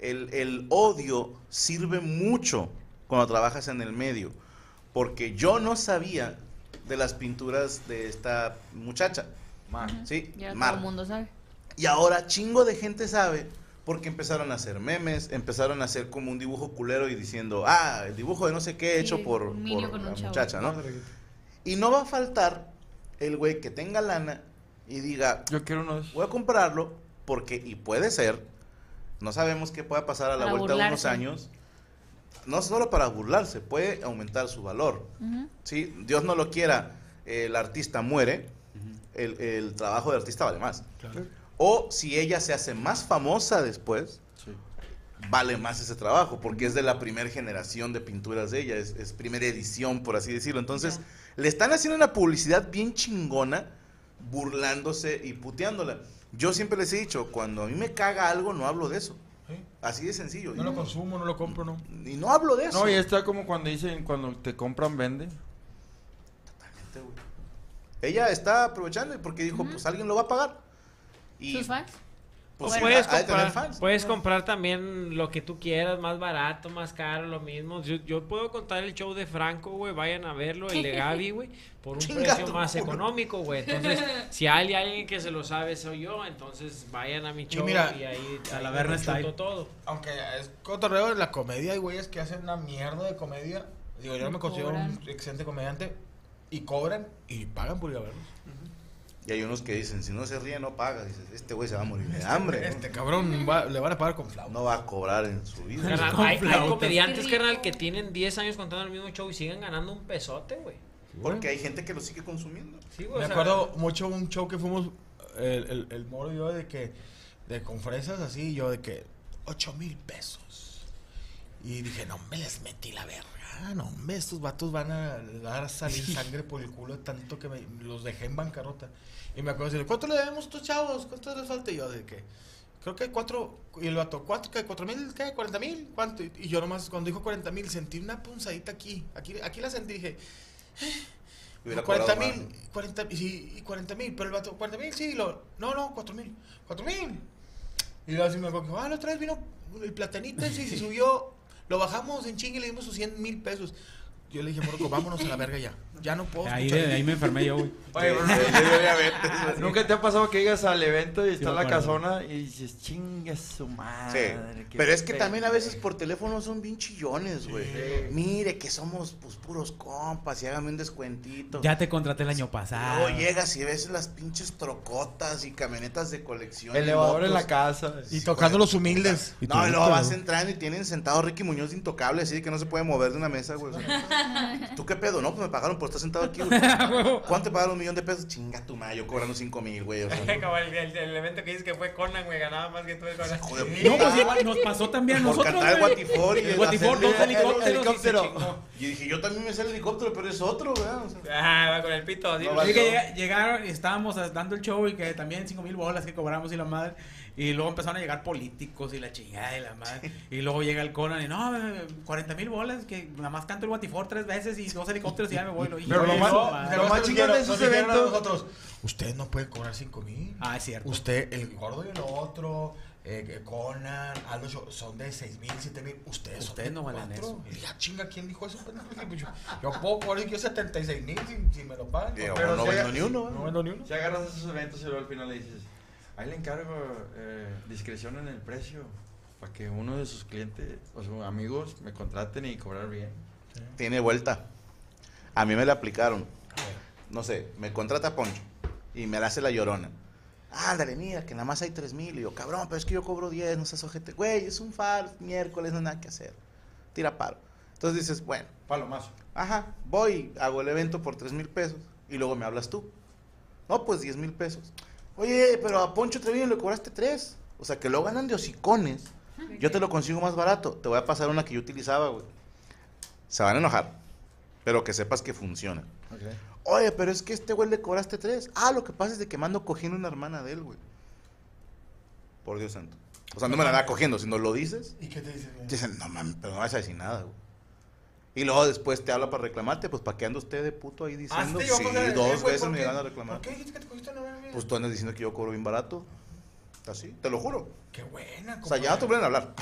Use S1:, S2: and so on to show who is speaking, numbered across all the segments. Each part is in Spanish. S1: El, el odio sirve mucho cuando trabajas en el medio, porque yo no sabía de las pinturas de esta muchacha.
S2: Mar.
S1: Sí,
S2: Ya
S1: Mar.
S2: todo el mundo sabe.
S1: Y ahora chingo de gente sabe porque empezaron a hacer memes, empezaron a hacer como un dibujo culero y diciendo, ah, el dibujo de no sé qué hecho
S2: Sí,
S1: por,
S2: un
S1: por
S2: niño con un
S1: la
S2: chavo.
S1: muchacha, ¿no? Y no va a faltar el güey que tenga lana y diga,
S3: Yo quiero unos.
S1: voy a comprarlo porque, y puede ser, no sabemos qué pueda pasar a la
S2: Para
S1: vuelta
S2: burlarse.
S1: de unos años, no solo para burlarse, puede aumentar su valor.
S2: Ujú.
S1: ¿sí? Dios no lo quiera, el artista muere, el, el trabajo del artista vale más. O si ella se hace más famosa después,
S3: Sí.
S1: vale más ese trabajo, porque es de la primera generación de pinturas de ella, es, es primera edición, por así decirlo. Entonces,
S2: Ya.
S1: le están haciendo una publicidad bien chingona, burlándose y puteándola. Yo siempre les he dicho, cuando a mí me caga algo, no hablo de eso.
S3: Sí.
S1: Así de sencillo.
S3: No lo consumo, no lo compro, no.
S1: y no hablo de eso.
S3: No, y está como cuando dicen, cuando te compran, vende.
S1: Este, güey. Ella está aprovechando porque dijo, pues alguien lo va a pagar. Y
S2: ¿Sus fans?
S1: pues,
S2: Bueno,
S4: puedes,
S1: ha- ha de tener
S4: comprar,
S3: Pues-
S1: fans.
S4: puedes comprar también lo que tú quieras, más barato, más caro, lo mismo. Yo, yo puedo contar el show de Franco, güey, vayan a verlo, el de Gaby, güey, por un
S1: Chinga
S4: precio
S1: tu
S4: más
S1: culo.
S4: económico, güey. Entonces, si hay alguien que se lo sabe, soy yo, entonces vayan a mi show y,
S5: mira,
S4: ahí
S5: a la
S4: ahí
S5: Berna
S4: me
S5: Style.
S4: chuto todo.
S5: Aunque es cotorreo de la comedia, hay güeyes que hacen una mierda de comedia. Digo, yo no me considero un
S2: Cobran.
S5: excelente comediante. Y cobran y pagan por ir a verlos.
S1: Y hay unos que dicen, si no se ríe, no paga. Dices, este güey se va a morir de hambre. ¿no?
S5: Este cabrón va- le van a pagar con flauta.
S1: No va a cobrar en su vida.
S4: Carnal,
S5: Con
S4: hay, hay
S5: flautas.
S4: comediantes,
S2: Qué rico.
S4: carnal, que tienen 10 años contando el mismo show y siguen ganando un pesote, güey.
S1: Porque hay gente que lo sigue consumiendo.
S3: Pues
S4: Sí, güey,
S5: Me
S4: o sea,
S5: acuerdo mucho un show que fuimos el, el, el moro y yo de que de con fresas así y yo de que ocho mil pesos. Y dije, no me les metí la verga. No, hombre, estos vatos van a dar a salir sangre por el culo de tanto que me, los dejé en bancarrota. Y me acuerdo de decirle, ¿cuánto le debemos a estos chavos? ¿Cuánto les falta? Y yo de que, creo que cuatro, y el vato, cuatro, ¿qué? ¿Cuatro mil? ¿Qué? ¿Cuarenta mil? ¿Cuánto? Y, y yo nomás, cuando dijo cuarenta mil, sentí una punzadita aquí. Aquí, aquí la sentí, dije,
S1: Hubiera
S5: 40
S1: cobrado
S5: mil,
S1: más.
S5: 40, sí, y 40 mil, pero el vato, 40 mil, sí, lo, no, no, 4 mil, 4 mil. Y luego así me acuerdo, que, ah, la otra vez vino el platanita, sí, se subió, lo bajamos en chingue y le dimos sus 100 mil pesos. Yo le dije, Morco, vámonos a la verga ya, ya no puedo.
S6: Ahí, de,
S5: escuchar el-
S6: ahí me enfermé yo, güey.
S3: Oye, Ah,
S1: Sí,
S3: pero no-
S1: sí, Ah, sí, obviamente.
S3: ¿Nunca te ha pasado que llegas al evento y está
S6: me
S3: la
S6: acuerdo.
S3: casona y dices, chinga su madre?
S1: Sí.
S3: qué
S1: Pero es que también a
S3: pendejo"?
S1: veces por teléfono son bien chillones, güey. Mire que somos pues puros compas y hágame un descuentito.
S6: Ya te contraté el año pasado.
S1: Luego llegas y ves las pinches trocotas y camionetas de colección. y
S3: Elevador en
S1: motos.
S3: la casa.
S5: Y tocando los humildes.
S6: Y
S1: No,
S6: tú,
S1: y luego vas
S6: ¿no?
S1: entrando y tienen sentado Ricky Muñoz de intocable, así que no se puede mover de una mesa, güey. O sea, ¿Tú qué pedo? No, pues me pagaron por estar sentado aquí, güey. ¿Cuánto te pagaron? ¿Un millón de pesos? Chinga tu madre, yo cobrando cinco mil, güey. o sea,
S4: Como el, el- el evento que dices que fue Conan, güey, ganaba más que tú el Conan.
S1: hijo de
S6: No,
S1: puta.
S6: pues igual nos pasó también a
S1: Por
S6: nosotros.
S1: cantar el
S6: güey.
S1: guatifor y
S6: El guatifor,
S1: hacerle-
S6: dos helicópteros. y se
S3: helicóptero.
S6: chingó.
S1: Y dije, yo también me sé el helicóptero, pero es otro, güey. o sea.
S4: Ah, va con el pito. así,
S3: No,
S4: güey.
S6: Oye, que llega- llegaron y estábamos dando el show y que también cinco mil bolas que cobramos y la madre. Y luego empezaron a llegar políticos y la chingada y la madre. Y luego llega el Conan y no, 40 mil bolas que nada más canto el Guatifor tres veces y dos helicópteros y ya me voy. Lo-
S3: Pero lo
S6: Oye,
S3: más-
S6: no, madre.
S3: lo más chingón de esos eventos-
S5: nosotros, usted no puede cobrar 5 mil.
S6: Ah, es cierto.
S5: Usted, el gordo y el otro, eh, Conan, Aldo, Show, son de 6 mil, 7 mil. Ustedes, son
S6: Ustedes
S5: de
S6: no valen
S5: cuatro.
S6: eso.
S5: Y ya, chinga, ¿quién dijo eso? pendejo? Dije, pues, Yo, yo puedo cobrar yo 76 mil si, si me lo pagan.
S1: Digo,
S3: Pero
S1: no
S3: si
S1: vendo
S3: hay-
S1: ni uno,
S5: No
S1: güey.
S5: vendo ni uno.
S3: Si agarras esos eventos y luego al final le dices, ahí le encargo eh, discreción en el precio para que uno de sus clientes o sus amigos me contraten y cobrar bien.
S1: Tiene vuelta. A mí me la aplicaron. No sé, me contrata Poncho y me la hace la llorona. Ándale, mira, que nada más hay tres mil. Y yo, cabrón, pero es que yo cobro 10, no seas ojete. Güey, es un far, miércoles, no hay nada que hacer. Tira paro. Entonces dices, bueno,
S3: Palomazo.
S1: ajá, voy, hago el evento por tres mil pesos y luego me hablas tú. No, pues 10 mil pesos. Oye, pero a Poncho Treviño le cobraste tres. O sea, que luego ganan de hocicones Yo te lo consigo más barato. Te voy a pasar una que yo utilizaba, güey. Se van a enojar. Pero que sepas que funciona. Oye, pero es que este güey le cobraste tres. Ah, lo que pasa es de que mando cogiendo una hermana de él, güey. Por Dios santo. O sea, no me la anda cogiendo. Si no lo dices,
S5: ¿Y qué te dicen? güey?
S1: te dicen, no mames, pero no vas a decir nada, güey. Y luego después te habla para reclamarte, pues ¿para qué anda usted de puto ahí diciendo?
S5: Hazte, yo
S1: sí,
S5: voy a poner- eh,
S1: dos
S5: güey,
S1: veces
S5: ¿por
S1: me
S5: qué?
S1: llegan a reclamar.
S5: ¿Por qué dijiste que te cogiste una verga?
S1: Pues tú andas diciendo que yo cobro bien barato. Así, te lo juro.
S5: Qué buena,
S1: O sea, ya no te vuelven a hablar.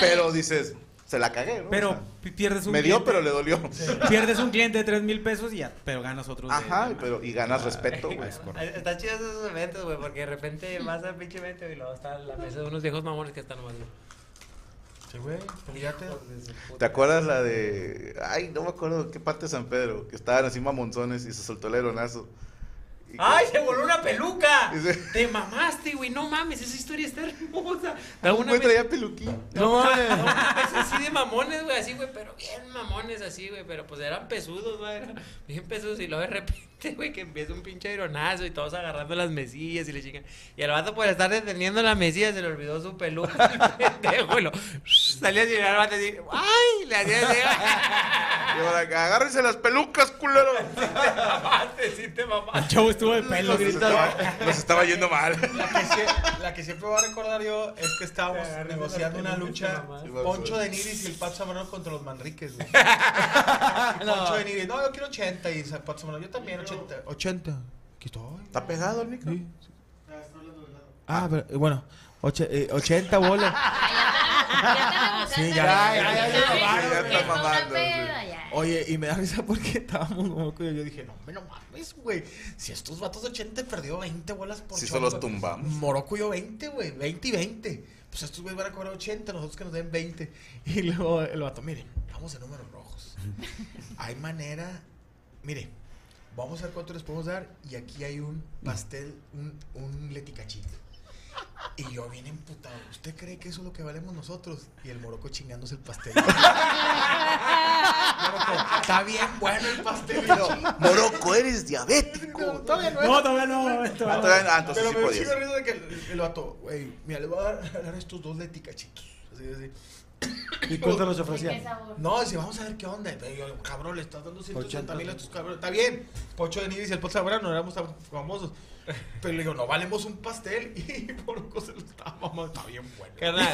S1: pero dices, se la cagué, ¿no? O
S6: Pero
S1: sea,
S6: pi- pierdes un
S1: me dio, pero le dolió.
S6: Pierdes un cliente de 3 mil pesos y ya, pero ganas otro. de-
S1: Ajá,
S6: de-
S1: pero y
S6: Ah,
S1: ganas respeto, güey.
S2: Están chidos esos eventos, güey, porque de repente vas al pinche evento y luego está la mesa de unos viejos mamones que están nomás. güey.
S5: Sí, güey, pero ya te...
S1: ¿Te acuerdas la de. Ay, no me acuerdo qué parte de San Pedro, que estaban así mamonzones y se soltó el aeronazo. Y que-
S2: ¡Ay, se voló una peluca!
S1: Dice-
S2: Te mamaste, güey. No mames, esa historia está hermosa. Da
S1: Un
S2: una
S1: güey
S2: vez.
S1: traía peluquín.
S2: No mames. así de mamones, güey, así, güey, pero bien mamones así, güey, pero pues eran pesudos, güey, eran bien pesudos y luego de repente, güey, que empieza un pinche aeronazo y todos agarrando las mesillas y le chingan. Y al vato por estar deteniendo la mesilla se le olvidó su peluca, el pendejo, y lo salía así y al vato así, ¡ay! Le hacía así,
S1: Y ahora, agárrense las pelucas, culero.
S2: te mamaste, sí te
S6: El
S2: mamaste.
S6: show estuvo de pelo.
S1: Nos estaba, nos estaba yendo mal.
S5: La que, sie- la que siempre voy a recordar yo es que estábamos negociando una lucha Poncho de Niris y el Pato Zambrano contra los Manriques, güey. Y Poncho de Niris, no, yo quiero 80 y el Pato Zambrano, yo también 80. 80. Aquí estoy.
S1: ¿Está pegado el micro?
S5: Ah, pero, bueno, oche- eh, 80 bolas.
S7: Ah,
S5: Sí, ya, ya, ya, ya,
S1: ya está mamando,
S5: Oye, y me da risa porque estábamos como que yo dije, no, hombre, no mames, güey. Si estos vatos de 80 perdió 20 bolas por
S1: Sí,
S5: show,
S1: se los
S5: güey.
S1: tumbamos.
S5: Morocco yo 20, güey, 20 y 20. Pues estos güeyes van a cobrar 80, nosotros que nos den 20. Y luego el vato, miren, vamos en números rojos. Hay manera, mire, vamos a ver cuánto les podemos dar. Y aquí hay un pastel, un, un leticachín. Y yo bien emputado. ¿Usted cree que eso es lo que valemos nosotros? Y el moroco chingándose el pastel. Moroco, está bien bueno el pastel. Y yo,
S1: Morocco, eres diabético.
S5: no, todavía no es.
S6: No, todavía no. esto-
S1: Ah, todavía- ah, entonces sí
S5: Pero me dio
S1: podías.
S5: chingo de risa de que el- el vato, güey, mira, le voy a dar, a dar estos dos leticas chiquitos. Así, así.
S8: ¿Y cuánto nos ofrecían?
S5: No, dice, vamos a ver qué onda. Y yo, cabrón, le estás dando 180 mil a estos cabrones. Está bien. Pocho de Nidis y el Pocho Sabrano no éramos tan famosos. Pero le digo, no valemos un pastel. Y Porco se lo estaba mamando. Está bien bueno.
S2: Carnal,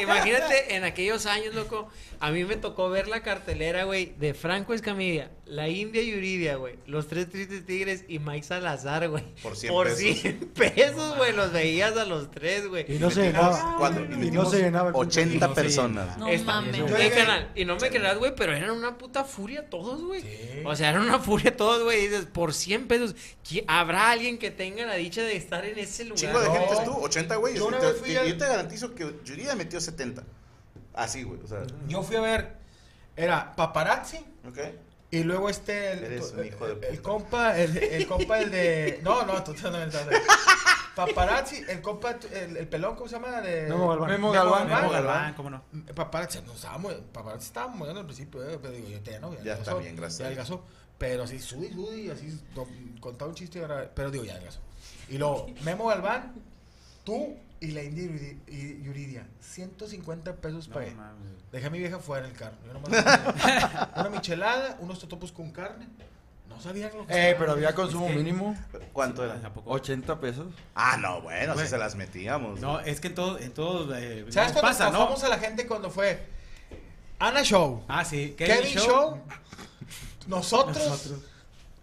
S2: imagínate en aquellos años, loco. A mí me tocó ver la cartelera, güey, de Franco Escamilla, la India Yuridia, güey, los tres tristes tigres y Mike Salazar, güey.
S1: Por 100
S2: Por
S1: pesos.
S2: 100 pesos, güey, los veías a los tres,
S8: Y
S2: güey.
S8: no se
S1: Metimos
S8: llenaba.
S1: cuatro,
S8: Y
S1: y
S8: no
S1: metimos
S8: se llenaba el pinche
S1: 80
S8: lugar.
S1: personas.
S7: No
S2: Esta-
S7: mames.
S2: Eh, carnal, y no me creerás, güey, pero eran una puta furia todos, güey.
S5: Sí.
S2: O sea, eran una furia todos, güey. y Dices, por 100 pesos, ¿qui- ¿habrá alguien que tenga la dicha de estar en ese lugar?
S1: Chingo de
S5: No.
S1: gente es tú, 80 güeyes.
S5: Yo una
S1: Y te-
S5: vez fui
S1: y-
S5: al-
S1: Yo te garantizo que Yuridia metió 70. Así, güey. O sea,
S5: Yo fui a ver, era paparazzi.
S1: ¿ok?
S5: Y luego este, el,
S1: Eres
S5: tu-
S1: un hijo de
S5: el,
S1: puta.
S5: el compa, el, el compa, el de... No, no, tú- tú no, no, no. Paparazzi, el compa, el, el pelón, ¿cómo se llama? De...
S8: Memo Galván.
S5: Memo
S6: Galván,
S5: Galván.
S6: Memo Galván, cómo no.
S5: Paparazzi, no estábamos, paparazzi estábamos moviendo al principio, eh, pero digo, yo te no,
S1: Ya está
S5: algazó,
S1: bien, gracias
S5: Ya
S1: a Dios.
S5: algazó, pero así, sudi, sudi, así, no, contaba un chiste, y ahora- pero digo, ya algazó. Y luego, Memo Galván, tú y la India Yuridi- y Yuridia, 150 pesos
S6: No
S5: pagué.
S6: mames.
S5: Dejé a mi vieja fuera en el carro. Yo nomás una- una michelada, unos totopos con carne. No sabía lo que
S8: Eh,
S5: estaba.
S8: pero había consumo mínimo.
S1: ¿Cuánto era?
S6: Tampoco.
S3: 80 pesos.
S1: Ah, no, bueno, si
S6: Güey.
S1: se las metíamos.
S6: No, es que en todos, en todos eh,
S5: ¿Sabes
S6: nos
S5: cuándo
S6: pasa, ¿no?
S5: pasamos a la gente cuando fue? Ana Show,
S6: Ah, sí.
S5: Kevin, Show, nosotros,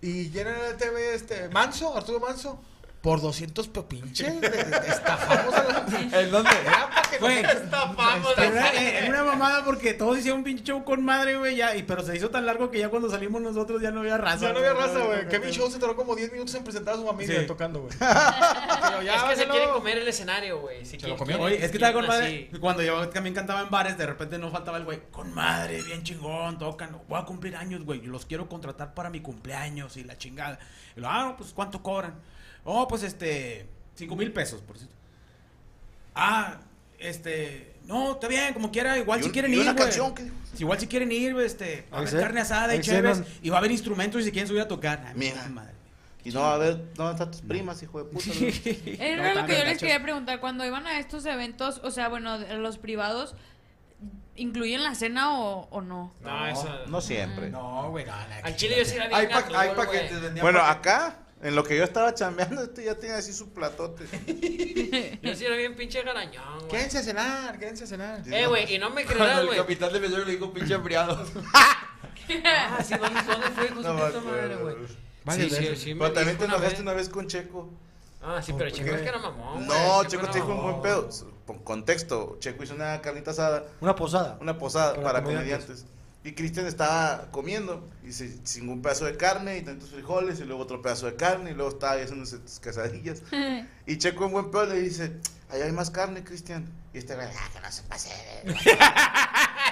S5: y General TV este, Manso, Arturo Manso, por 200 pepinches. de- de- Estafamos a la
S8: ¿En dónde?
S5: Era para que
S6: Güey,
S5: nos estafamos.
S6: Pero Era, era una mamada porque todos hicieron un pinche show con madre, güey, ya, y, pero se hizo tan largo que ya cuando salimos nosotros ya no había raza.
S5: Ya no
S6: güey,
S5: había raza, güey.
S6: no,
S5: Kevin
S6: no.
S5: Show se tardó como 10 minutos en presentar a su familia
S6: Sí.
S5: tocando, güey.
S2: es que se
S5: bájalo.
S2: quieren comer el escenario, güey. Si
S5: lo
S2: quieren-
S5: comió.
S6: Oye, es que estaba con
S2: quieren
S6: madre.
S2: así.
S6: Cuando yo también cantaba en bares, de repente no faltaba el güey. Con madre, bien chingón, tocan. Voy a cumplir años, güey. Los quiero contratar para mi cumpleaños y la chingada. Y lo, ah, no, pues ¿cuánto cobran? Oh, pues este, cinco mil pesos, por cierto. Ah, este, no, está bien, como quiera. Igual
S1: Y
S6: si
S1: un-
S6: quieren
S1: y
S6: ir,
S1: una
S6: güey.
S1: canción que-
S6: Igual si quieren ir, güey, este, va a
S8: Ahí
S6: haber
S8: se-
S6: carne asada y
S8: ahí
S6: chéves.
S8: cenan.
S6: Y va a haber instrumentos y si quieren subir a tocar. Ah,
S1: Mira.
S6: madre.
S1: Y no va a haber, no están tus primas, hijo de puta. ¿no?
S7: Era
S6: No,
S7: lo que yo
S6: también,
S7: les
S6: gacho.
S7: quería preguntar. Cuando iban a estos eventos, o sea, bueno, de- los privados, ¿incluyen la cena o, o no?
S4: No, eso.
S1: No siempre.
S6: No, güey, no, la
S4: Al chile yo sí era bien
S3: Hay, pa-
S4: gato,
S3: hay
S4: güey.
S3: paquetes, vendían
S1: Bueno,
S3: paquetes.
S1: acá, en lo que yo estaba chambeando, este ya tenía así su platote.
S2: Yo sí era bien pinche garañón, güey.
S5: Quédense a cenar, quédense a cenar.
S2: Eh, güey, y no me
S3: Cuando
S2: creerás,
S3: el
S2: güey.
S3: capitán de Venezuela le dijo pinche embriado.
S2: Ah, sí, ¿dónde, dónde fue, hijo de su
S1: No me
S2: puta madre,
S1: acuerdo.
S2: güey?
S5: Varias
S2: Sí, sí,
S5: veces.
S2: sí, me
S1: Pero también te
S2: dijo una
S1: enojaste
S2: vez.
S1: una vez con Checo.
S2: Ah, sí, pero Checo es que era mamón, güey.
S1: No, Checo
S2: era
S1: te dijo un
S2: mamón.
S1: buen pedo. Con contexto, Checo hizo una carnita asada,
S8: Una posada.
S1: una posada
S8: Para
S1: para,
S8: comediantes.
S1: comediantes. Y Cristian estaba comiendo, y se chingó un pedazo de carne y tantos frijoles, y luego otro pedazo de carne, y luego estaba ahí haciendo sus quesadillas. Y Checo en buen pedo le dice, ahí hay más carne, Cristian. Y este güey, "Ah, que no se pase. de verga".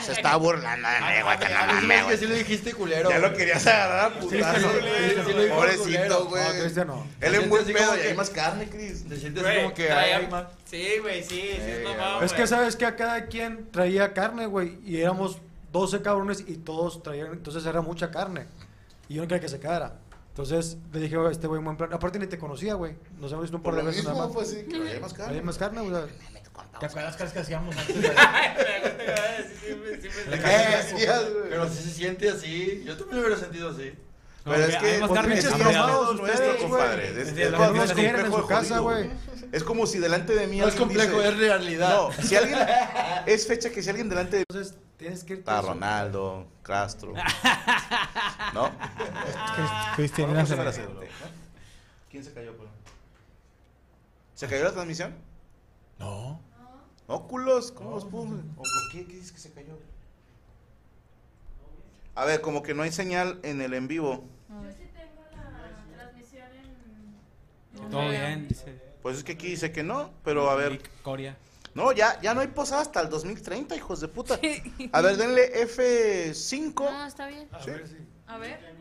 S1: se está burlando de mí, güey, que no
S3: Ah,
S1: mames,
S3: es que
S1: güey.
S3: sí le dijiste culero.
S1: Ya
S3: güey.
S1: lo querías agarrar a
S3: Sí,
S1: putazo,
S3: sí, sí, sí, lo
S1: güey.
S3: dijo
S1: Pobrecito,
S3: culero.
S1: güey.
S8: No, Cristian no.
S1: Él en buen
S3: Así como
S1: pedo, y
S3: que-
S1: hay más carne, Cris.
S3: Te sientes
S2: Güey,
S3: como que
S2: traía-
S3: ay, man.
S2: Sí, güey, sí, sí,
S3: Eh,
S2: es mamón,
S8: Es que
S2: güey.
S8: sabes que a cada quien traía carne, güey. Y éramos 12 cabrones y todos traían. Entonces era mucha carne. Y yo no quería que se quedara. Entonces le dije, "Oye, este güey, buen plan. Aparte ni te conocía, güey. Nos hemos visto un par
S1: Por
S8: de
S1: lo
S8: veces nada
S1: mismo,
S8: más.
S1: pues sí, que hay más
S8: Traía
S1: carne.
S8: más carne, güey. o sea,
S6: ¿Te acuerdas que las que hacíamos antes?
S2: Sí, siempre- siempre-
S1: Eh, sí, güey.
S3: Pero si se siente así, yo también lo hubiera sentido así.
S1: Pero es que
S6: Además,
S1: porque
S6: carne
S1: es
S6: hecha
S1: un
S6: por
S1: miedo
S8: abogados
S1: nuestro,
S8: ustedes,
S1: compadre.
S8: güey.
S1: Es,
S6: Es
S1: es,
S6: de la-
S1: como-
S6: no
S1: es
S6: los
S1: complejo
S8: quieren en su
S1: de
S8: casa,
S1: judío. Es como si delante de mí
S3: No es
S1: alguien
S3: complejo,
S1: dice-
S3: es realidad.
S1: No, si alguien es fecha que si alguien delante de
S8: Entonces tienes que ir.
S1: está Ronaldo, Castro. ¿No?
S5: Cristian,
S1: ¿Cómo se me
S5: cenar.
S1: la sé? ¿Quién se cayó, pues? ¿Se cayó la transmisión?
S5: No.
S1: No, culos, ¿cómo los puse? ¿O, o qué, qué dices que se cayó? A ver, como que no hay señal en el en vivo.
S6: Todo bien, dice.
S1: Pues es que aquí dice que no, pero a ver.
S6: Nick Coria.
S1: No, ya, ya no hay posada hasta el 2030, hijos de puta. A ver, denle
S7: No,
S1: F5.
S7: está bien.
S1: Sí.
S7: Ah, A ver.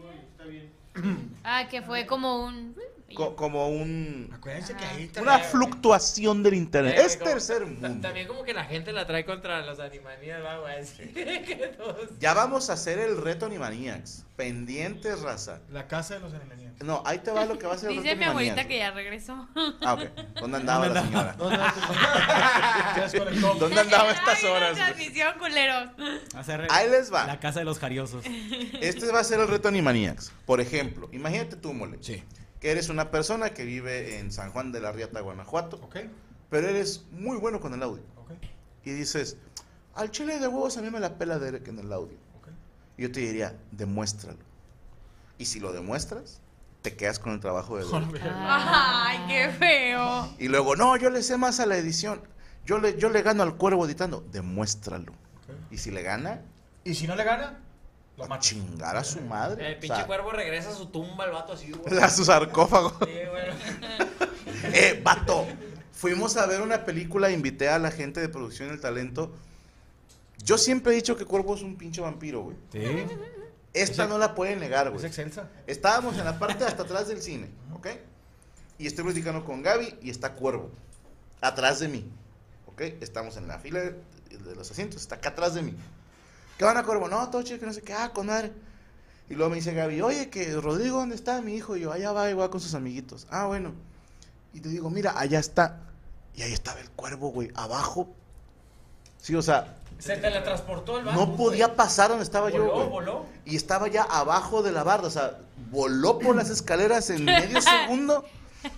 S7: Ah, que fue como un...
S1: co- como un,
S5: Acuérdense que ahí
S1: una fluctuación del internet.
S2: Eh, güey,
S1: es
S2: como-
S1: tercer
S2: ta-
S1: mundo.
S2: También como que la gente la trae contra los animanías, va, güey. Así que todos.
S1: Ya vamos a hacer el reto Animaniacs. Pendientes, raza.
S5: La casa de los enemigos.
S1: No, ahí te va lo que va a ser el reto
S7: Ah. Dice mi abuelita
S1: Animaniacs.
S7: que ya regresó.
S1: Ah, ok. ¿Dónde andaba la señora? ¿Dónde
S7: Ay,
S1: andaba a estas
S7: la
S1: horas? güey?
S7: transmisión, culeros.
S6: Hacer
S1: Ahí les
S6: la
S1: va.
S6: casa de los jariosos.
S1: Este va a ser el reto Animaniacs. Por ejemplo, imagínate tú, Mole,
S5: Sí.
S1: que eres una persona que vive en San Juan de la Riata, Guanajuato.
S5: Ok,
S1: pero eres muy bueno con el audio.
S5: ok,
S1: Y dices, al chile de huevos a mí me la pela Derek en el audio.
S5: ok.
S1: Y yo te diría, demuéstralo. Y si lo demuestras, te quedas con el trabajo de Derek.
S7: Ay, qué feo.
S1: Y luego, no, yo le sé más a la edición. Yo le, yo le gano al cuervo editando. Demuéstralo. Y si le gana,
S5: ¿Y si no le gana?
S6: Ah,
S5: Lo
S1: a
S5: macho.
S1: chingar a su madre. O
S2: El eh, pinche
S1: sea,
S2: cuervo regresa a su tumba, el vato así, güey.
S1: a su sarcófago.
S2: Sí, güey.
S1: Eh, vato, fuimos a ver una película, invité a la gente de producción El Talento. Yo siempre he dicho que Cuervo es un pinche vampiro, güey.
S5: Sí.
S1: Esta no la pueden negar,
S5: Es
S1: güey.
S5: excelsa.
S1: Estábamos en la parte de hasta atrás del cine, ¿ok? Y estoy platicando con Gaby y está Cuervo, atrás de mí, ¿ok? Estamos en la fila de de los asientos, está acá atrás de mí. ¿Qué van a Cuervo? No, todo chido, que no sé qué, ah, con madre. Y luego me dice Gaby, oye, que Rodrigo, ¿dónde está mi hijo? Y yo, allá va igual con sus amiguitos. Ah, bueno. Y te digo, mira, allá está. Y ahí estaba el Cuervo, güey, abajo. Sí, o sea,
S2: Se teletransportó el vato.
S1: no podía pasar donde estaba
S2: Voló,
S1: yo, güey
S2: voló.
S1: y estaba ya abajo de la barra, o sea, voló por las escaleras en medio segundo.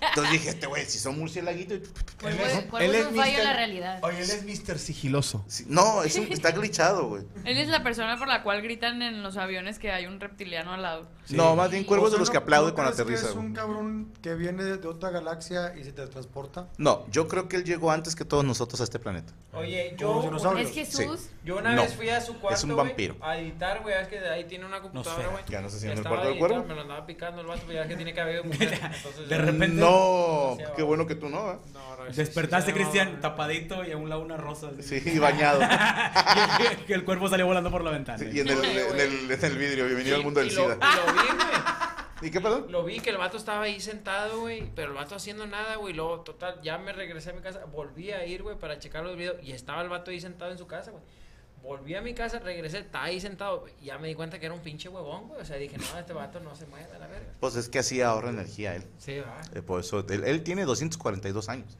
S1: Entonces dije, este güey, si son murciélaguitos...
S7: Cuervo de- cuervo de Pues, un fallo en la realidad.
S5: Oye, él es Mr. Sigiloso.
S1: Sí, No, es un- está glitchado, güey.
S7: Él es la persona por la cual gritan en los aviones que hay un reptiliano al lado.
S1: No, más bien cuervos
S8: O sea,
S1: de los
S8: ¿no-
S1: que aplauden
S8: no
S1: cuando
S8: crees que
S1: aterriza.
S8: Es
S1: güey.
S8: un cabrón que viene de de otra galaxia y se te transporta.
S1: No, yo creo que él llegó antes que todos nosotros a este planeta.
S2: Oye,
S8: Como
S2: yo.
S8: los dinosaurios.
S7: Es Jesús.
S2: Yo una
S1: No,
S2: vez fui a su cuarto.
S1: es un
S2: güey,
S1: vampiro.
S2: a editar, güey. Es que ahí tiene una computadora,
S6: sé.
S2: güey.
S1: Ya no sé si
S2: Y
S1: en el
S2: estaba
S1: cuarto del
S2: editando,
S1: cuervo.
S2: Me lo andaba picando el vato, pero ya es que tiene cabello. de mujer, entonces
S6: De
S2: yo-
S6: repente-
S1: No, qué bueno que tú no, ¿eh?
S2: No, no, sí, sí,
S6: Despertaste,
S2: sí,
S6: Cristian,
S2: no,
S6: tapadito y a un lado una rosa. así.
S1: Sí, y bañado.
S6: Que- que el cuerpo salió volando por la ventana.
S1: Sí, y en el, en el- en el vidrio, bienvenido al mundo del
S2: y lo-
S1: SIDA.
S8: Ah.
S2: y lo vi, güey.
S1: ¿Y qué, perdón?
S2: Lo vi que el vato estaba ahí sentado, güey, pero el vato haciendo nada, güey. Luego, total, ya me regresé a mi casa, volví a ir, güey, para checar los videos y estaba el vato ahí sentado en su casa, güey. Volví a mi casa, regresé, estaba ahí sentado. Y ya me di cuenta que era un pinche huevón, güey. O sea, dije, no, este vato no se mueve a la verga.
S1: Pues es que así ahorra energía él.
S2: Sí, va.
S1: Eh, Por eso, él, él tiene 242 años.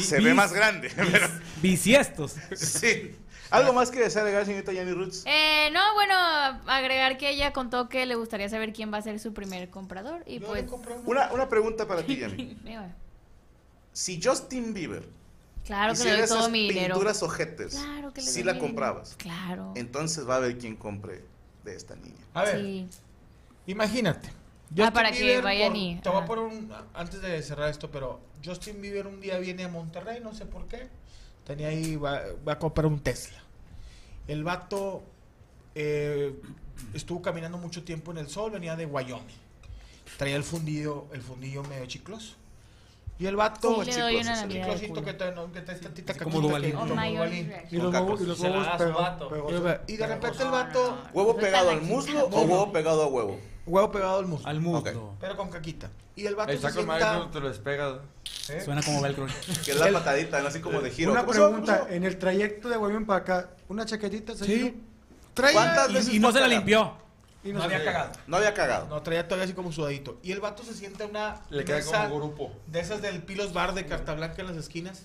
S1: Se ve más grande. pero-
S6: Bisiestos.
S1: sí. Algo más que desear agregar, señorita Jenny Roots.
S9: Eh, no, bueno, agregar que ella contó que le gustaría saber quién va a ser su primer comprador y pues...
S1: Una, una pregunta para ti, Jenny.
S9: Mira,
S1: Si Justin Bieber
S9: Claro que le
S1: hiciera
S9: doy todo
S1: esas
S9: mi dinero.
S1: pinturas ojetes,
S9: Claro que le
S1: si
S9: doy
S1: la
S9: mi dinero.
S1: comprabas,
S9: Claro.
S1: entonces va a haber quien compre de esta niña.
S5: A ver,
S9: Sí.
S5: imagínate.
S9: Ah, para que
S5: Bieber
S9: vayan
S5: por-
S9: y-
S5: Te voy a
S9: ajá.
S5: poner un- Antes de cerrar esto, pero Justin Bieber un día viene a Monterrey, no sé por qué. Tenía ahí, va, va a comprar un Tesla. El vato eh, estuvo caminando mucho tiempo en el sol, venía de Wyoming. Traía el fundillo, el fundillo medio chicloso. Y el vato,
S9: Sí,
S5: el
S9: le doy una
S1: chiclosos, el
S9: nalgada de
S5: chiclosito
S9: culo.
S5: que trae, no, que trae esta tita
S6: así como
S5: caquita
S6: Duvalín.
S5: que-
S9: Oh
S5: como
S9: my God,
S5: Duvalín.
S9: Rex.
S8: Y los
S1: Con
S8: huevos, y
S1: cactus.
S8: los
S2: Se la
S8: huevos
S2: das a un
S8: pegó-
S2: vato.
S8: pegosos.
S5: Y de repente el
S9: No, no,
S5: vato,
S9: Oh, no. Eso
S1: ¿Huevo
S9: está
S1: pegado
S9: la
S1: al muslo
S9: chingada.
S1: o huevo pegado a huevo?
S5: huevo pegado al muslo.
S6: Al muslo.
S5: Pero con caquita. Y el vato
S3: Está
S5: se
S3: con
S5: sienta-
S3: Mario, te lo despega.
S5: ¿eh?
S6: Suena como velcro.
S1: Que es la patadita, ¿no? así como de giro.
S8: Una
S1: ¿Cómo se llama?
S8: pregunta,
S1: ¿Cómo se
S8: en el trayecto de Wyoming para acá, una chaquetita se
S6: Sí.
S8: vino
S5: Traía-
S1: ¿Cuántas veces?
S6: Y, y no se la limpió.
S8: y
S6: No
S8: nos
S6: había cagado.
S1: llama? No había cagado.
S5: No, traía todavía así como sudadito. Y el vato se sienta una
S3: Le
S5: queda
S3: queda como grupo.
S5: de esas del Pilos Bar de Carta Blanca en las esquinas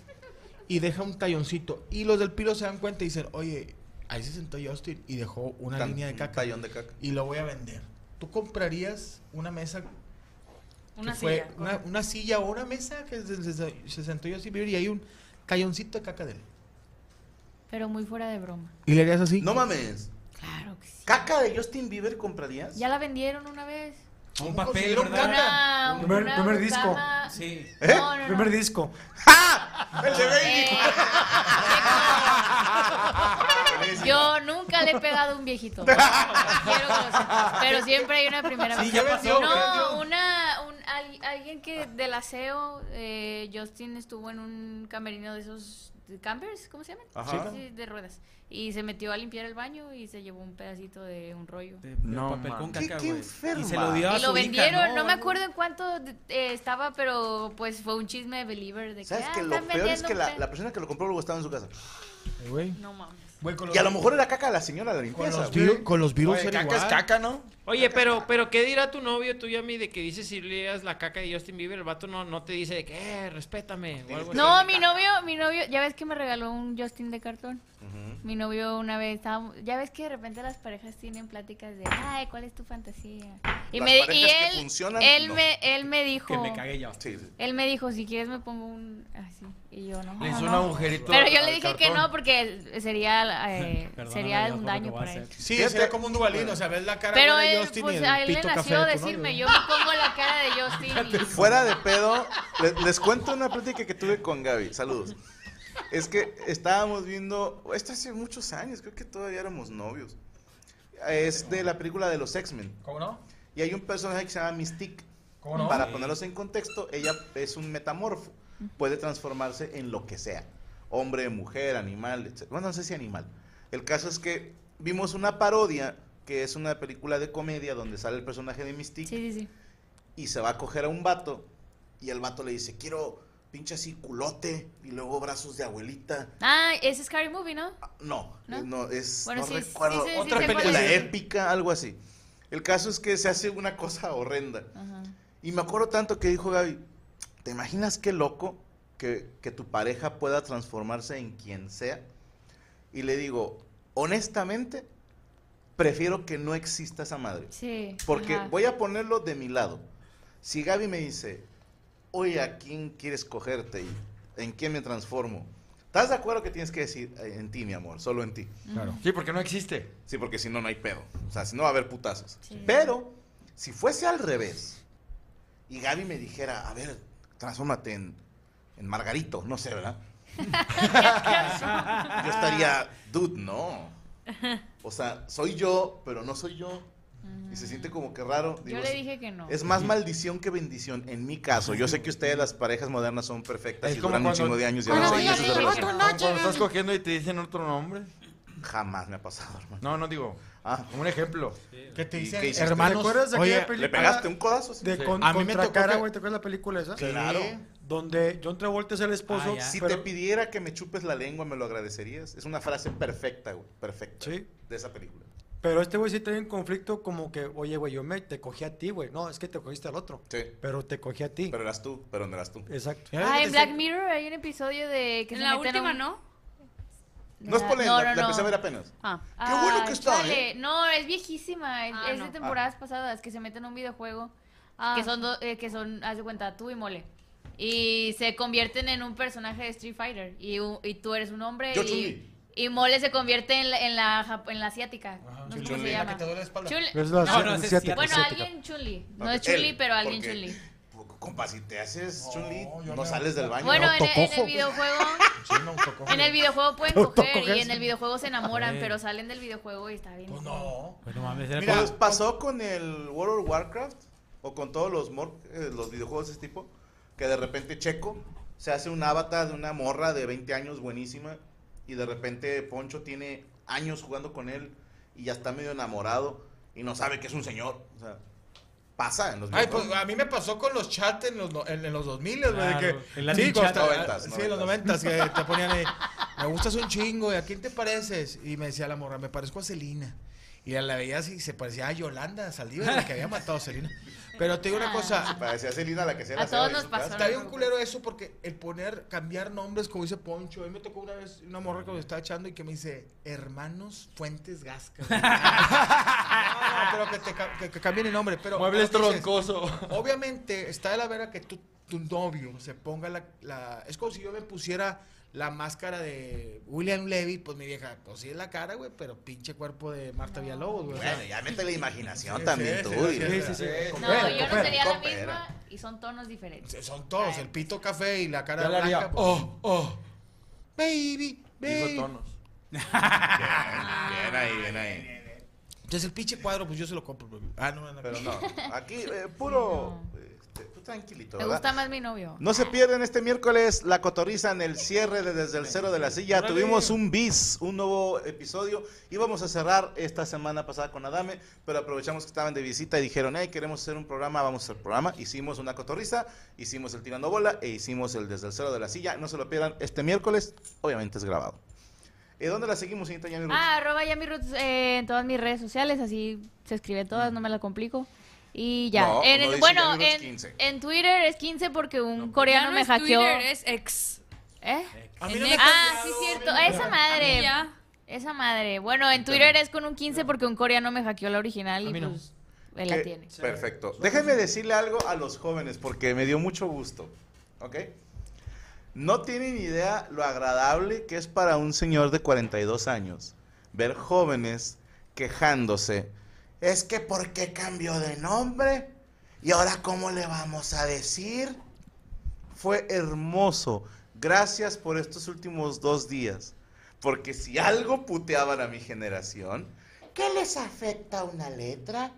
S5: y deja un talloncito. Y los del Pilos se dan cuenta y dicen, oye, ahí se sentó Justin y dejó una
S1: Tan-
S5: línea de
S1: un
S5: caca
S1: tallón de caca.
S5: y lo voy a vender. ¿Tú comprarías una mesa? que
S7: Una
S5: fue-
S7: silla.
S5: una, una silla o una mesa que se, se- se- se sentó Justin Bieber y hay un talloncito de caca de él.
S9: Pero muy fuera de broma.
S5: ¿Y le harías así?
S1: No mames.
S9: Claro que sí.
S1: ¿Caca de Justin Bieber comprarías?
S9: Ya la vendieron una vez.
S6: Un
S5: ¿Cómo
S6: papel,
S5: consiguieron
S6: ¿verdad?
S9: Una,
S8: Primer-
S9: una
S8: primer disco. ¿Eh?
S9: mucama-
S6: Sí.
S9: No, Eh, no, no.
S8: Primer disco.
S1: El de Baby.
S9: Eh, Yo nunca le he pegado a un viejito. Quiero que lo sepas, pero siempre hay una primera
S6: Sí,
S9: vez.
S6: ya pasó,
S9: No,
S6: perdió.
S9: una un- al- alguien que del aseo eh, Justin estuvo en un camerino de esos de campers, ¿cómo se llaman?
S1: Ajá.
S9: Sí, de ruedas. Y se metió a limpiar el baño y se llevó un pedacito de un rollo.
S6: De- de
S3: No,
S6: papel
S3: man.
S6: con
S1: Qué-
S6: caca,
S1: qué
S6: güey.
S1: enferma.
S6: Y se lo dio a
S9: Y lo
S6: su hija,
S9: vendieron, no, me
S6: Algo-
S9: acuerdo en cuánto eh, estaba, pero pues fue un chisme de Believer de que,
S1: ¿Sabes
S9: ah,
S1: que lo
S9: están
S1: peor es
S9: vendiendo
S1: que
S9: un
S1: la,
S9: pe-
S1: la persona que lo compró luego estaba en su casa?
S9: No mames.
S5: Güey, con
S1: Y a lo
S5: los-
S1: mejor era caca de la señora de la limpieza.
S5: los
S1: güey.
S5: virus- con los virus
S3: Oye,
S5: era
S3: caca es
S5: igual.
S3: caca, ¿no?
S4: Oye, pero, pero ¿qué dirá tu novio, tú y a mí, de que dices si le das la caca de Justin Bieber? El vato no, no te dice de que, eh, respétame. O
S6: Pues
S4: algo así.
S9: No, mi novio, mi novio, ya ves que me regaló un Justin de cartón. Mi novio una vez estábamos, ya ves que de repente las parejas tienen pláticas de, ay, ¿cuál es tu fantasía? Y,
S1: Las
S9: me, di- y
S1: parejas que
S9: él,
S1: funcionan,
S9: él,
S1: no.
S9: me, él me dijo,
S6: Que me cagué yo.
S1: Sí, sí.
S9: él me dijo, si quieres me pongo un, así, y yo no.
S3: Le
S9: no,
S3: hizo un
S9: no".
S3: agujerito.
S9: Pero yo
S3: al
S9: le dije que
S3: cartón.
S9: no porque sería, eh,
S6: Perdóname,
S9: sería
S6: Dios,
S9: un
S6: por lo
S9: daño
S6: que voy a
S9: para él.
S6: hacer.
S5: Sí,
S1: Fíjate.
S5: sería como un dubalín, o sea, ves la cara
S9: Pero
S5: buena de
S9: él,
S5: Justin
S9: pues
S5: y el
S9: a él le
S5: pito café
S9: nació
S5: de tu
S9: decirme,
S5: novio.
S9: yo me pongo la cara de Justin. y-
S1: Fuera de pedo, le- les, cuento una plática que tuve con Gaby. Saludos. Es que estábamos viendo, esto hace muchos años, creo que todavía éramos novios. Es de la película de los X-Men.
S5: ¿Cómo no?
S1: Y hay un personaje que se llama Mystique.
S5: ¿Cómo no?
S1: Para ponerlos en contexto, ella es un metamorfo. Puede transformarse en lo que sea. Hombre, mujer, animal, etc. Bueno, no sé si animal. El caso es que vimos una parodia, que es una película de comedia donde sale el personaje de Mystique
S9: Sí, sí, sí.
S1: y se va a coger a un vato. Y el vato le dice, quiero pinche así culote y luego brazos de abuelita.
S9: Ah, ese es Scary Movie, ¿no?
S1: Ah, No,
S9: ¿No?
S1: no, es...
S9: Bueno,
S1: no
S9: sí, sí,
S1: recuerdo.
S9: sí, sí, sí,
S1: Otra
S9: sé cuál
S1: película
S9: es.
S1: épica, algo así. El caso es que se hace una cosa horrenda.
S9: Ajá.
S1: Y me acuerdo tanto que dijo Gaby, ¿te imaginas qué loco que, que tu pareja pueda transformarse en quien sea? Y le digo, honestamente, prefiero que no exista esa madre.
S9: Sí.
S1: Porque
S9: ajá.
S1: voy a ponerlo de mi lado. Si Gaby me dice, oye, ¿a quién quieres cogerte y en quién me transformo? ¿Estás de acuerdo que tienes que decir "Eh, en ti, mi amor? Solo en ti.
S3: Sí, porque no existe.
S1: Sí, porque si no, no hay pedo. O sea, si no va a haber putazos.
S9: Sí.
S1: Pero, si fuese al revés y Gaby me dijera, a ver, transfórmate en, en Margarito, no sé, ¿verdad? yo estaría, dude, no. O sea, soy yo, pero no soy yo. Y se siente como que raro.
S9: Yo
S1: Digo,
S9: le
S1: es-
S9: dije que no.
S1: Es más maldición que bendición en mi caso. Yo sé que ustedes, las parejas modernas, son perfectas
S3: Es
S1: y
S3: como
S1: duran un
S3: cuando-
S1: chingo de años y
S9: Bueno,
S1: ahora
S9: sí,
S1: seis meses
S9: sí,
S1: de
S9: sí.
S1: relación.
S3: Como Cuando estás cogiendo y te dicen otro nombre.
S1: Jamás me ha pasado, hermano.
S3: No, no digo.
S1: Ah,
S3: Un ejemplo.
S5: ¿Qué te
S1: ¿Y
S5: dicen?
S1: qué hiciste?
S8: ¿Te
S5: Hermanos.
S8: acuerdas de aquella
S5: Oye,
S8: película?
S1: ¿Le pegaste un codazo? sí?
S8: De
S3: Sí.
S8: con,
S5: A mí me tocó
S8: Contracara,
S5: que-
S8: güey, ¿te acuerdas de la película esa?
S1: Claro.
S5: Sí.
S8: donde John Travolta es el esposo.
S6: Ah, ya.
S1: Si
S8: pero-
S1: te pidiera que me chupes la lengua, ¿me lo agradecerías? Es una frase perfecta, güey. Perfecta.
S8: Sí.
S1: De esa película.
S8: Pero este güey sí trae un conflicto como que, oye, güey, yo me te cogí a ti, güey. No, es que te cogiste al otro.
S1: Sí.
S8: Pero te cogí a ti.
S1: Pero eras tú, pero no eras tú.
S8: Exacto.
S6: Ya ves
S9: Ah,
S6: que
S9: en
S6: te-
S9: Black Mirror hay un episodio de que
S7: En
S9: se
S7: la
S9: meten a
S7: última,
S9: un- Ah,
S7: ¿no?
S1: No es polémica,
S9: No,
S1: la,
S9: no, no.
S1: empecé a ver apenas.
S7: Ah.
S1: Qué bueno que
S9: Ah,
S1: está, ¿eh?
S9: chale. No, es viejísima. Es,
S7: Ah,
S9: es
S7: no.
S9: de temporadas pasadas que se meten en un videojuego.
S7: Ah.
S9: Que son, do- eh, que son, haz de cuenta, tú y mole. Y se convierten en un personaje de Street Fighter. Y, u- y tú eres un hombre.
S1: Yo,
S9: y,
S1: Chun-Li.
S9: y mole se convierte en la, en la, jap- en la asiática. No sé cómo se
S1: Chun-Li.
S9: llama.
S6: que te duele la espalda.
S9: Chun-Li.
S8: Es la
S6: No,
S8: asi-
S6: no, ese es
S8: asiática,
S9: Bueno,
S8: asiática.
S9: alguien Chun-Li. No
S1: Ok,
S9: es Chun-Li,
S1: él,
S9: pero alguien
S1: porque,
S9: Chun-Li.
S1: Compa, si te haces Chun-Li,
S3: No,
S1: no,
S3: yo no.
S1: sales del baño.
S9: Bueno, en el, en
S8: Autocojo.
S9: el videojuego.
S3: Sí, me autocojo.
S9: En el videojuego pueden
S8: Autocoges.
S9: coger y en el videojuego se enamoran,
S6: Eh.
S9: pero salen del videojuego y está bien.
S3: Pues no.
S6: Pues no mames, era
S1: Mira,
S6: como-
S1: pasó con el World of Warcraft o con todos los, mor- eh, los videojuegos de este tipo, que de repente Checo se hace un avatar de una morra de 20 años buenísima y de repente Poncho tiene años jugando con él y ya está medio enamorado y no sabe que es un señor. O sea, pasa en los
S5: Ay, pues
S1: videojuegos.
S5: a mí me pasó con los chats en los, no- en, en los 2000, güey. de
S6: Claro,
S5: que,
S6: el Latin
S5: sí, cuando
S6: chat.
S5: estaba-
S1: Noventas,
S5: sí, en los 90 que te ponían ahí. Me gustas un chingo, ¿y a quién te pareces? Y me decía la morra, me parezco a Celina. Y a la veía así, se parecía a Yolanda Saldívar, la que había matado a Celina. Pero te digo una cosa,
S1: Parecía Celina la que se
S9: A
S1: la
S9: todos
S1: ceba de
S9: nos
S1: su
S9: pasó.
S1: casa.
S5: Está bien culero eso porque el poner, cambiar nombres, como dice Poncho. A mí me tocó una vez una morra que me estaba echando y que me dice, hermanos Fuentes Gasca. no, no, pero que, te, ca- que- que cambien el nombre. Pero,
S3: Muebles
S5: pero dices,
S3: troncoso.
S5: Obviamente, está de la vera que tu, tu novio se ponga la, la- Es como si yo me pusiera la máscara de William Levy, pues mi vieja, pues sí es la cara, güey, pero pinche cuerpo de Marta Villalobos, güey. o sea,
S1: Bueno, ya mete la imaginación
S5: Sí,
S1: también
S5: sí,
S1: tú.
S5: sí,
S1: güey.
S5: sí, sí, sí.
S9: No,
S5: Coopera,
S9: yo no
S1: coopera,
S9: sería la
S1: coopera.
S9: misma y son tonos diferentes.
S5: Son todos, el pito café y la cara
S3: Ya la haría,
S5: blanca. pues, Oh, oh, baby,
S3: Dijo
S5: baby.
S3: tonos.
S1: Bien ahí, bien ahí.
S5: Entonces el pinche cuadro, pues yo se lo compro. pero- Ah, no, no,
S1: Pero
S5: no.
S1: no, aquí eh, puro... este, tú tranquilito,
S9: Me
S1: ¿verdad?
S9: gusta más mi novio.
S1: No se pierdan este miércoles la cotoriza en el cierre de Desde el Cero de la Silla. Tuvimos un bis, un nuevo episodio. Íbamos a cerrar esta semana pasada con Adame, pero aprovechamos que estaban de visita y dijeron, hey, queremos hacer un programa, vamos a hacer programa. Hicimos una cotorriza, hicimos el Tirando Bola e hicimos el Desde el Cero de la Silla. No se lo pierdan este miércoles, obviamente es grabado. ¿Y dónde la seguimos, señorita Yami Ruiz?
S9: Ah, arroba Yami Roots, eh, en todas mis redes sociales, así se escribe todas, no me la complico. Y ya.
S1: Mm. No,
S9: En-
S1: no dice
S9: bueno,
S1: Yami Roots
S9: en,
S1: 15.
S9: en Twitter es 15 porque un
S7: Ya
S9: coreano
S7: no
S9: me
S7: es
S9: hackeó.
S7: Twitter, es ex.
S9: ¿Eh?
S5: A mí
S7: En
S5: no me
S7: ex.
S9: Ah, sí, cierto. Esa madre.
S7: Ya.
S9: Esa madre. Bueno, en Twitter es con un 15 porque un coreano me hackeó la original y pues él la
S1: Que-
S9: tiene.
S1: Perfecto. Déjenme decirle algo a los jóvenes porque me dio mucho gusto. ¿Ok? No tienen idea lo agradable que es para un señor de 42 años ver jóvenes quejándose. Es que ¿por qué cambió de nombre? ¿Y ahora cómo le vamos a decir? Fue hermoso. Gracias por estos últimos dos días. Porque si algo puteaban a mi generación, ¿qué les afecta una letra?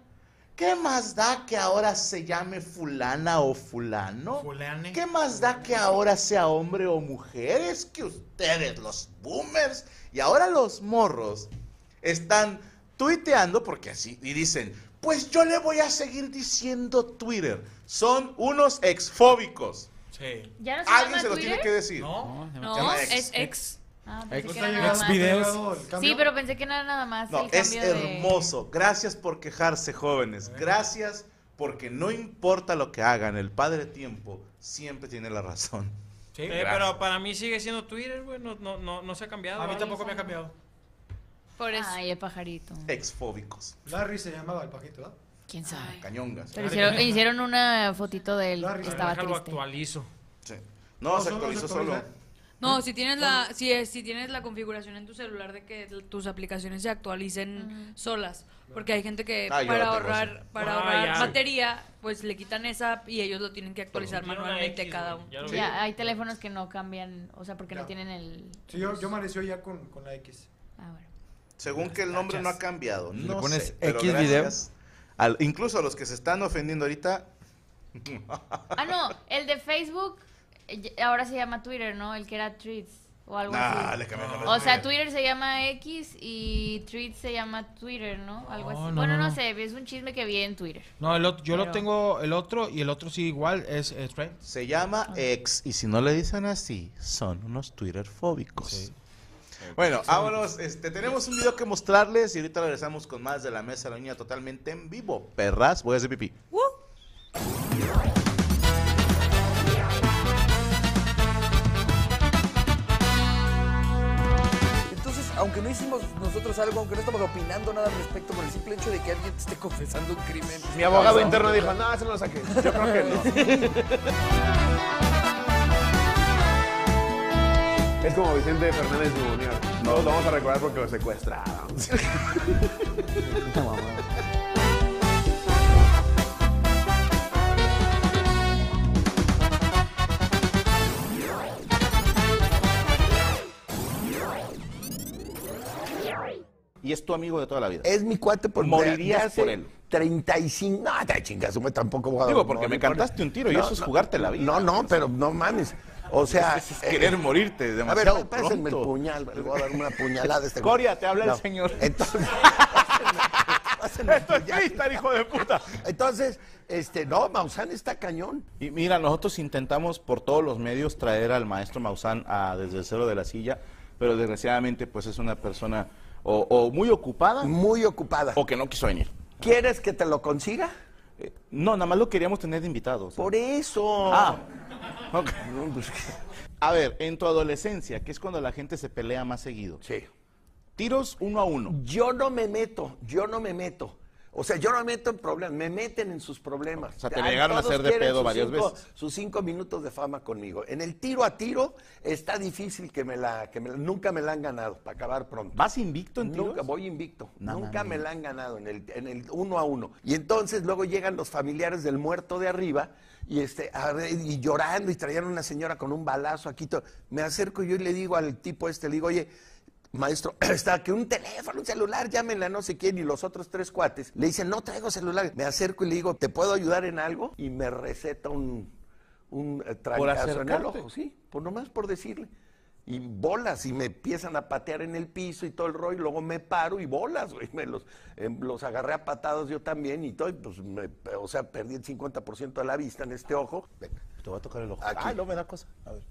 S1: ¿Qué más da que ahora se llame fulana o fulano?
S5: Fulane.
S1: ¿Qué más da que ahora sea hombre o mujer? Es que ustedes, los boomers, y ahora los morros, están tuiteando porque así, y dicen, pues yo le voy a seguir diciendo Twitter. Son unos exfóbicos.
S3: Sí.
S9: ¿Ya no se
S1: Alguien
S9: llama
S1: se lo
S9: Twitter?
S1: tiene que decir.
S3: ¿No?
S7: No,
S1: Llama ex.
S7: es ex.
S9: Ah,
S3: Ahí
S9: pensé que
S3: está
S9: era
S3: llegando.
S9: nada más.
S8: videos.
S9: Sí, pero pensé que no era nada más
S1: No,
S9: el
S1: es
S9: cambio de-
S1: hermoso. Gracias por quejarse, jóvenes. Gracias porque no importa lo que hagan, el padre tiempo siempre tiene la razón.
S2: Eh,
S1: gracias.
S2: pero para mí sigue siendo Twitter, güey. No, no, no, no se ha cambiado.
S5: A mí
S2: ¿vale?
S5: tampoco me ha cambiado.
S7: Por eso.
S9: Ay, el pajarito.
S1: Exfóbicos.
S8: Larry se llamaba el paquito, ¿verdad?
S9: ¿Quién sabe?
S1: Cañongas.
S9: Pero hicieron, hicieron una fotito de él.
S8: Larry,
S9: que
S8: pero
S9: Estaba
S2: Déjalo
S9: triste.
S2: actualizo.
S1: Sí. No,
S8: No,
S1: se
S8: solo
S1: actualizó
S8: se actualiza.
S1: solo.
S7: No, si tienes la, si, es- si tienes la configuración en tu celular de que l- tus aplicaciones se actualicen solas. Porque hay gente que
S1: Ah, yo la
S7: para
S1: tengo
S7: ahorrar, para
S2: Ah,
S7: ahorrar
S2: ya.
S7: batería, pues le quitan esa y ellos lo tienen que actualizar
S2: Tiene una
S7: manualmente
S2: X,
S7: cada
S2: güey,
S7: uno.
S2: ya lo vi.
S9: Ya, hay teléfonos que no cambian, o sea, porque no
S8: Ya.
S9: tienen el...
S8: Sí, yo, yo amaneció ya con, con la X.
S9: Ah, bueno.
S1: Según que el nombre no ha cambiado.
S3: Si le
S1: No
S3: pones
S1: sé, pero
S3: X
S1: gracias
S3: videos.
S1: al- incluso a los que se están ofendiendo ahorita.
S9: Ah, no, el de Facebook eh, ahora se llama Twitter, ¿no? El que era Tweets. O algo
S1: Nah,
S9: así.
S1: le cambiaron el
S9: o sea,
S1: Twitter.
S9: Twitter se llama X y Tweet se llama Twitter, ¿no? Algo
S10: No,
S9: así.
S10: no,
S9: bueno,
S10: no,
S9: no,
S10: no.
S9: sé, es un chisme que vi en Twitter.
S10: No, el otro, yo lo
S9: Pero-
S10: tengo, el otro, y el otro sí igual, es, eh, Trend.
S1: Se llama ex, y si no le dicen así, son unos Twitter fóbicos. Bueno, vámonos. Este, tenemos un video que mostrarles y ahorita regresamos con más de la mesa de la niña totalmente en vivo. Perras, voy a hacer pipí.
S11: Entonces, aunque no hicimos nosotros algo, aunque no estamos opinando nada al respecto por el simple hecho de que alguien te esté confesando un crimen.
S12: Mi abogado
S11: Eso.
S12: interno dijo, no, eso no lo saqué. Yo creo que no. Es como Vicente Fernández Jr. No lo vamos a recordar porque lo secuestraron.
S1: Y es tu amigo de toda la vida.
S12: Es mi cuate por
S1: Morirías por él.
S12: 35. No, te chingas, hombre, tampoco abogado.
S1: Digo, porque
S12: no,
S1: me
S12: ni por-
S1: cantaste un tiro y eso es jugarte la vida.
S12: No, no, pero no mames. O sea. eh,
S1: Es querer morirte
S12: A
S1: demasiado
S12: ver, pásenme el
S1: pronto.
S12: puñal, le voy a dar una puñalada a este
S1: Coria, te habla el
S12: señor. Entonces. Esto es hijo de puta. Entonces, este, no, Maussan está cañón.
S1: Y mira, nosotros intentamos por todos los medios traer al maestro Maussan a desde el cero de la silla, pero desgraciadamente pues es una persona o, o muy ocupada.
S12: Muy ocupada.
S1: O que no quiso venir. Eh,
S12: ¿Quieres que te lo consiga?
S1: no, nada más lo queríamos tener de invitado. o sea.
S12: Por eso. pues,
S1: Ah. ok. A ver, en tu adolescencia, que es cuando la gente se pelea más seguido.
S12: Sí.
S1: Tiros uno a uno.
S12: Yo no me meto, yo no me meto. O sea, yo no me meto en problemas, me meten en sus problemas. O
S1: sea, te llegaron a hacer de pedo varias veces.
S12: Sus cinco minutos de fama conmigo. En el tiro a tiro está difícil que me la, que me la- nunca me la han ganado, para acabar pronto.
S1: ¿Vas invicto en
S12: Nunca,
S1: tiros?
S12: voy invicto.
S1: No
S12: nunca
S1: mames.
S12: me la han ganado en el, en el uno a uno. Y entonces luego llegan los familiares del muerto de arriba y, este, a ver, y llorando y traían una señora con un balazo aquí. todo. Me acerco yo y le digo al tipo este, le digo, oye, maestro, está que un teléfono, un celular, llámenla, no sé quién, y los otros tres cuates. Le dicen, no traigo celular. Me acerco y le digo, ¿te puedo ayudar en algo? Y me receta un, un eh, trancazo en el
S1: acercarte.
S12: ojo, sí, por nomás por decirle. Y bolas, y me empiezan a patear en el piso y todo el rollo, y luego me paro y bolas, güey. Me los, em, los agarré a patados yo también y todo, y pues, me- o sea, perdí el 50% de la vista en este ojo. Ven,
S1: Te voy a tocar el ojo.
S12: Aquí.
S1: Ay, no me da cosa. A ver.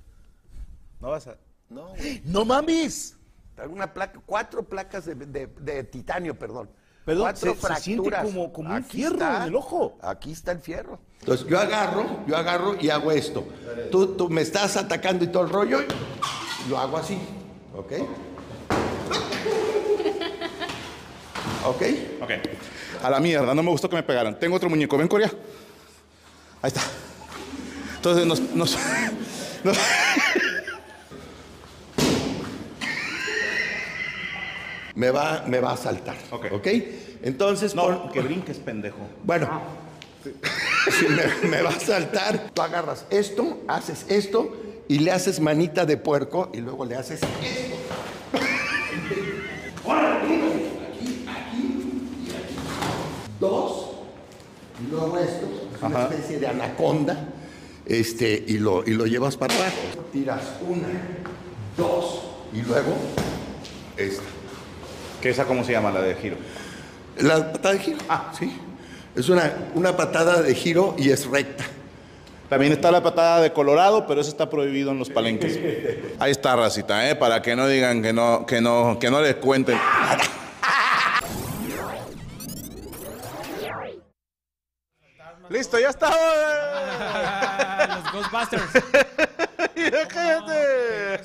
S1: No vas a. ¡Ah!
S12: No, güey.
S1: ¡No mames!
S12: Traigo una placa, cuatro placas de, de- de titanio, perdón.
S1: Perdón,
S12: cuatro
S1: se- se siente como- como un fierro en el
S12: ojo. Aquí está el fierro. Entonces yo agarro, yo agarro y hago esto. Tú, tú me estás atacando y todo el rollo, y lo hago así, ¿ok? ¿Ok?
S1: Ok. A la mierda, no me gustó que me pegaran. Tengo otro muñeco, ven, Corea. Ahí está. Entonces nos. nos, nos-
S12: Me va, me va a saltar, ¿ok? Entonces...
S1: No, que brinques, pendejo.
S12: Bueno, si me, me va a saltar, tú agarras esto, haces esto y le haces manita de puerco y luego le haces esto. Aquí, aquí y aquí. Dos, y luego esto, es una especie de anaconda, este, y, lo, y lo llevas para abajo. Tiras una, dos y luego esta.
S1: Que esa, ¿cómo se llama? La de giro.
S12: La patada de giro. Ah, sí. Es una, una patada de giro y es recta.
S1: También está la patada de Colorado, pero eso está prohibido en los palenques. Ahí está, racita, ¿eh? Para que no digan que no, que no, que no les cuenten. Listo, ya está.
S6: Los Ghostbusters.
S1: Ya cállate.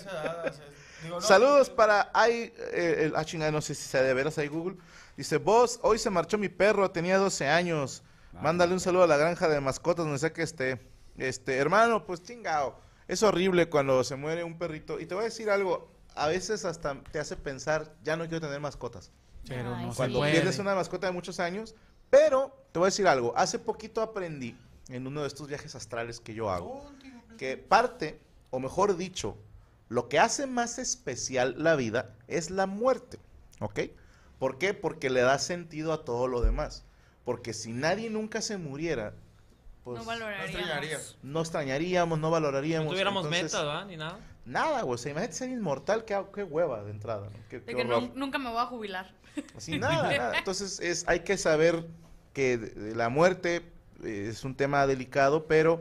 S1: Saludos para ay, eh, el ah, chingada, no sé si sea de veras ahí Google. Dice, vos, hoy se marchó mi perro, tenía 12 años. Mándale un saludo a la granja de mascotas, donde sea que esté. Este, hermano, pues chingao. Es horrible cuando se muere un perrito. Y te voy a decir algo, a veces hasta te hace pensar, ya no quiero tener mascotas.
S6: Pero no se
S1: Cuando
S6: puede.
S1: pierdes una mascota de muchos años. Pero te voy a decir algo. Hace poquito aprendí en uno de estos viajes astrales que yo hago que parte, o mejor dicho, lo que hace más especial la vida es la muerte. ¿Ok? ¿Por qué? Porque le da sentido a todo lo demás. Porque si nadie nunca se muriera, pues
S7: no valoraríamos.
S1: no extrañaríamos, no valoraríamos.
S4: No tuviéramos
S1: Entonces,
S4: metas, ¿verdad? Ni nada.
S1: Nada, güey. O sea, imagínate ser inmortal, qué, qué hueva de entrada. ¿no? Qué-
S7: De
S1: qué
S7: que
S1: horror.
S7: nun- nunca me voy a jubilar.
S1: Así, nada, nada. Entonces es, hay que saber que de- de la muerte eh, es un tema delicado, pero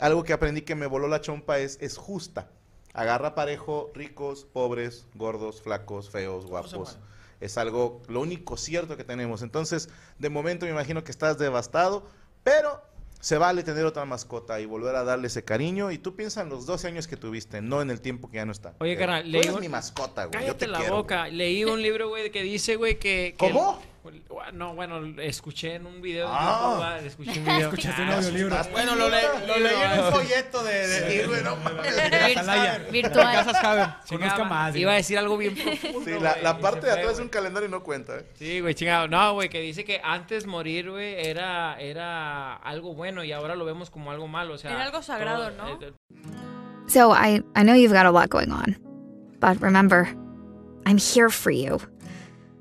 S1: algo que aprendí que me voló la chompa es, es justa. Agarra parejo ricos, pobres, gordos, flacos, feos, guapos. Es algo, lo único cierto que tenemos. Entonces, de momento me imagino que estás devastado, pero se vale tener otra mascota y volver a darle ese cariño. Y tú piensas en los 12 años que tuviste, no en el tiempo que ya no está.
S2: Oye,
S1: Eh,
S2: carnal,
S1: tú
S2: leí
S1: eres
S2: un-
S1: mi mascota, güey. Yo
S2: Cállate
S1: te
S2: la
S1: quiero.
S2: boca. Leí un libro, güey, que dice, güey, que, que-
S1: ¿Cómo?
S2: No, bueno, escuché en un video.
S1: Ah.
S2: No, güey, escuché un video. Ah,
S6: Escuchaste
S2: un
S6: un audiolibro.
S2: Bueno, lo, le- lo leí en un folleto de...
S6: Sí, güey, no mames. De Atalaya.
S2: Virtual.
S6: De Casas Haber.
S2: Chingaba,
S6: Conozca más,
S2: Iba a
S6: güey.
S2: decir algo bien profundo,
S1: Sí, la,
S2: güey,
S1: la parte
S2: y se
S1: de
S2: fue,
S1: atrás es
S2: güey.
S1: un calendario y no cuenta, ¿eh?
S2: Sí, güey, chingado. No, güey, que dice que antes morir, güey, era, era algo bueno y ahora lo vemos como algo malo. O sea,
S7: Era algo sagrado,
S2: todo-
S7: ¿no?
S2: eh,
S13: So I, I know you've got a lot going on, but remember, I'm here for you.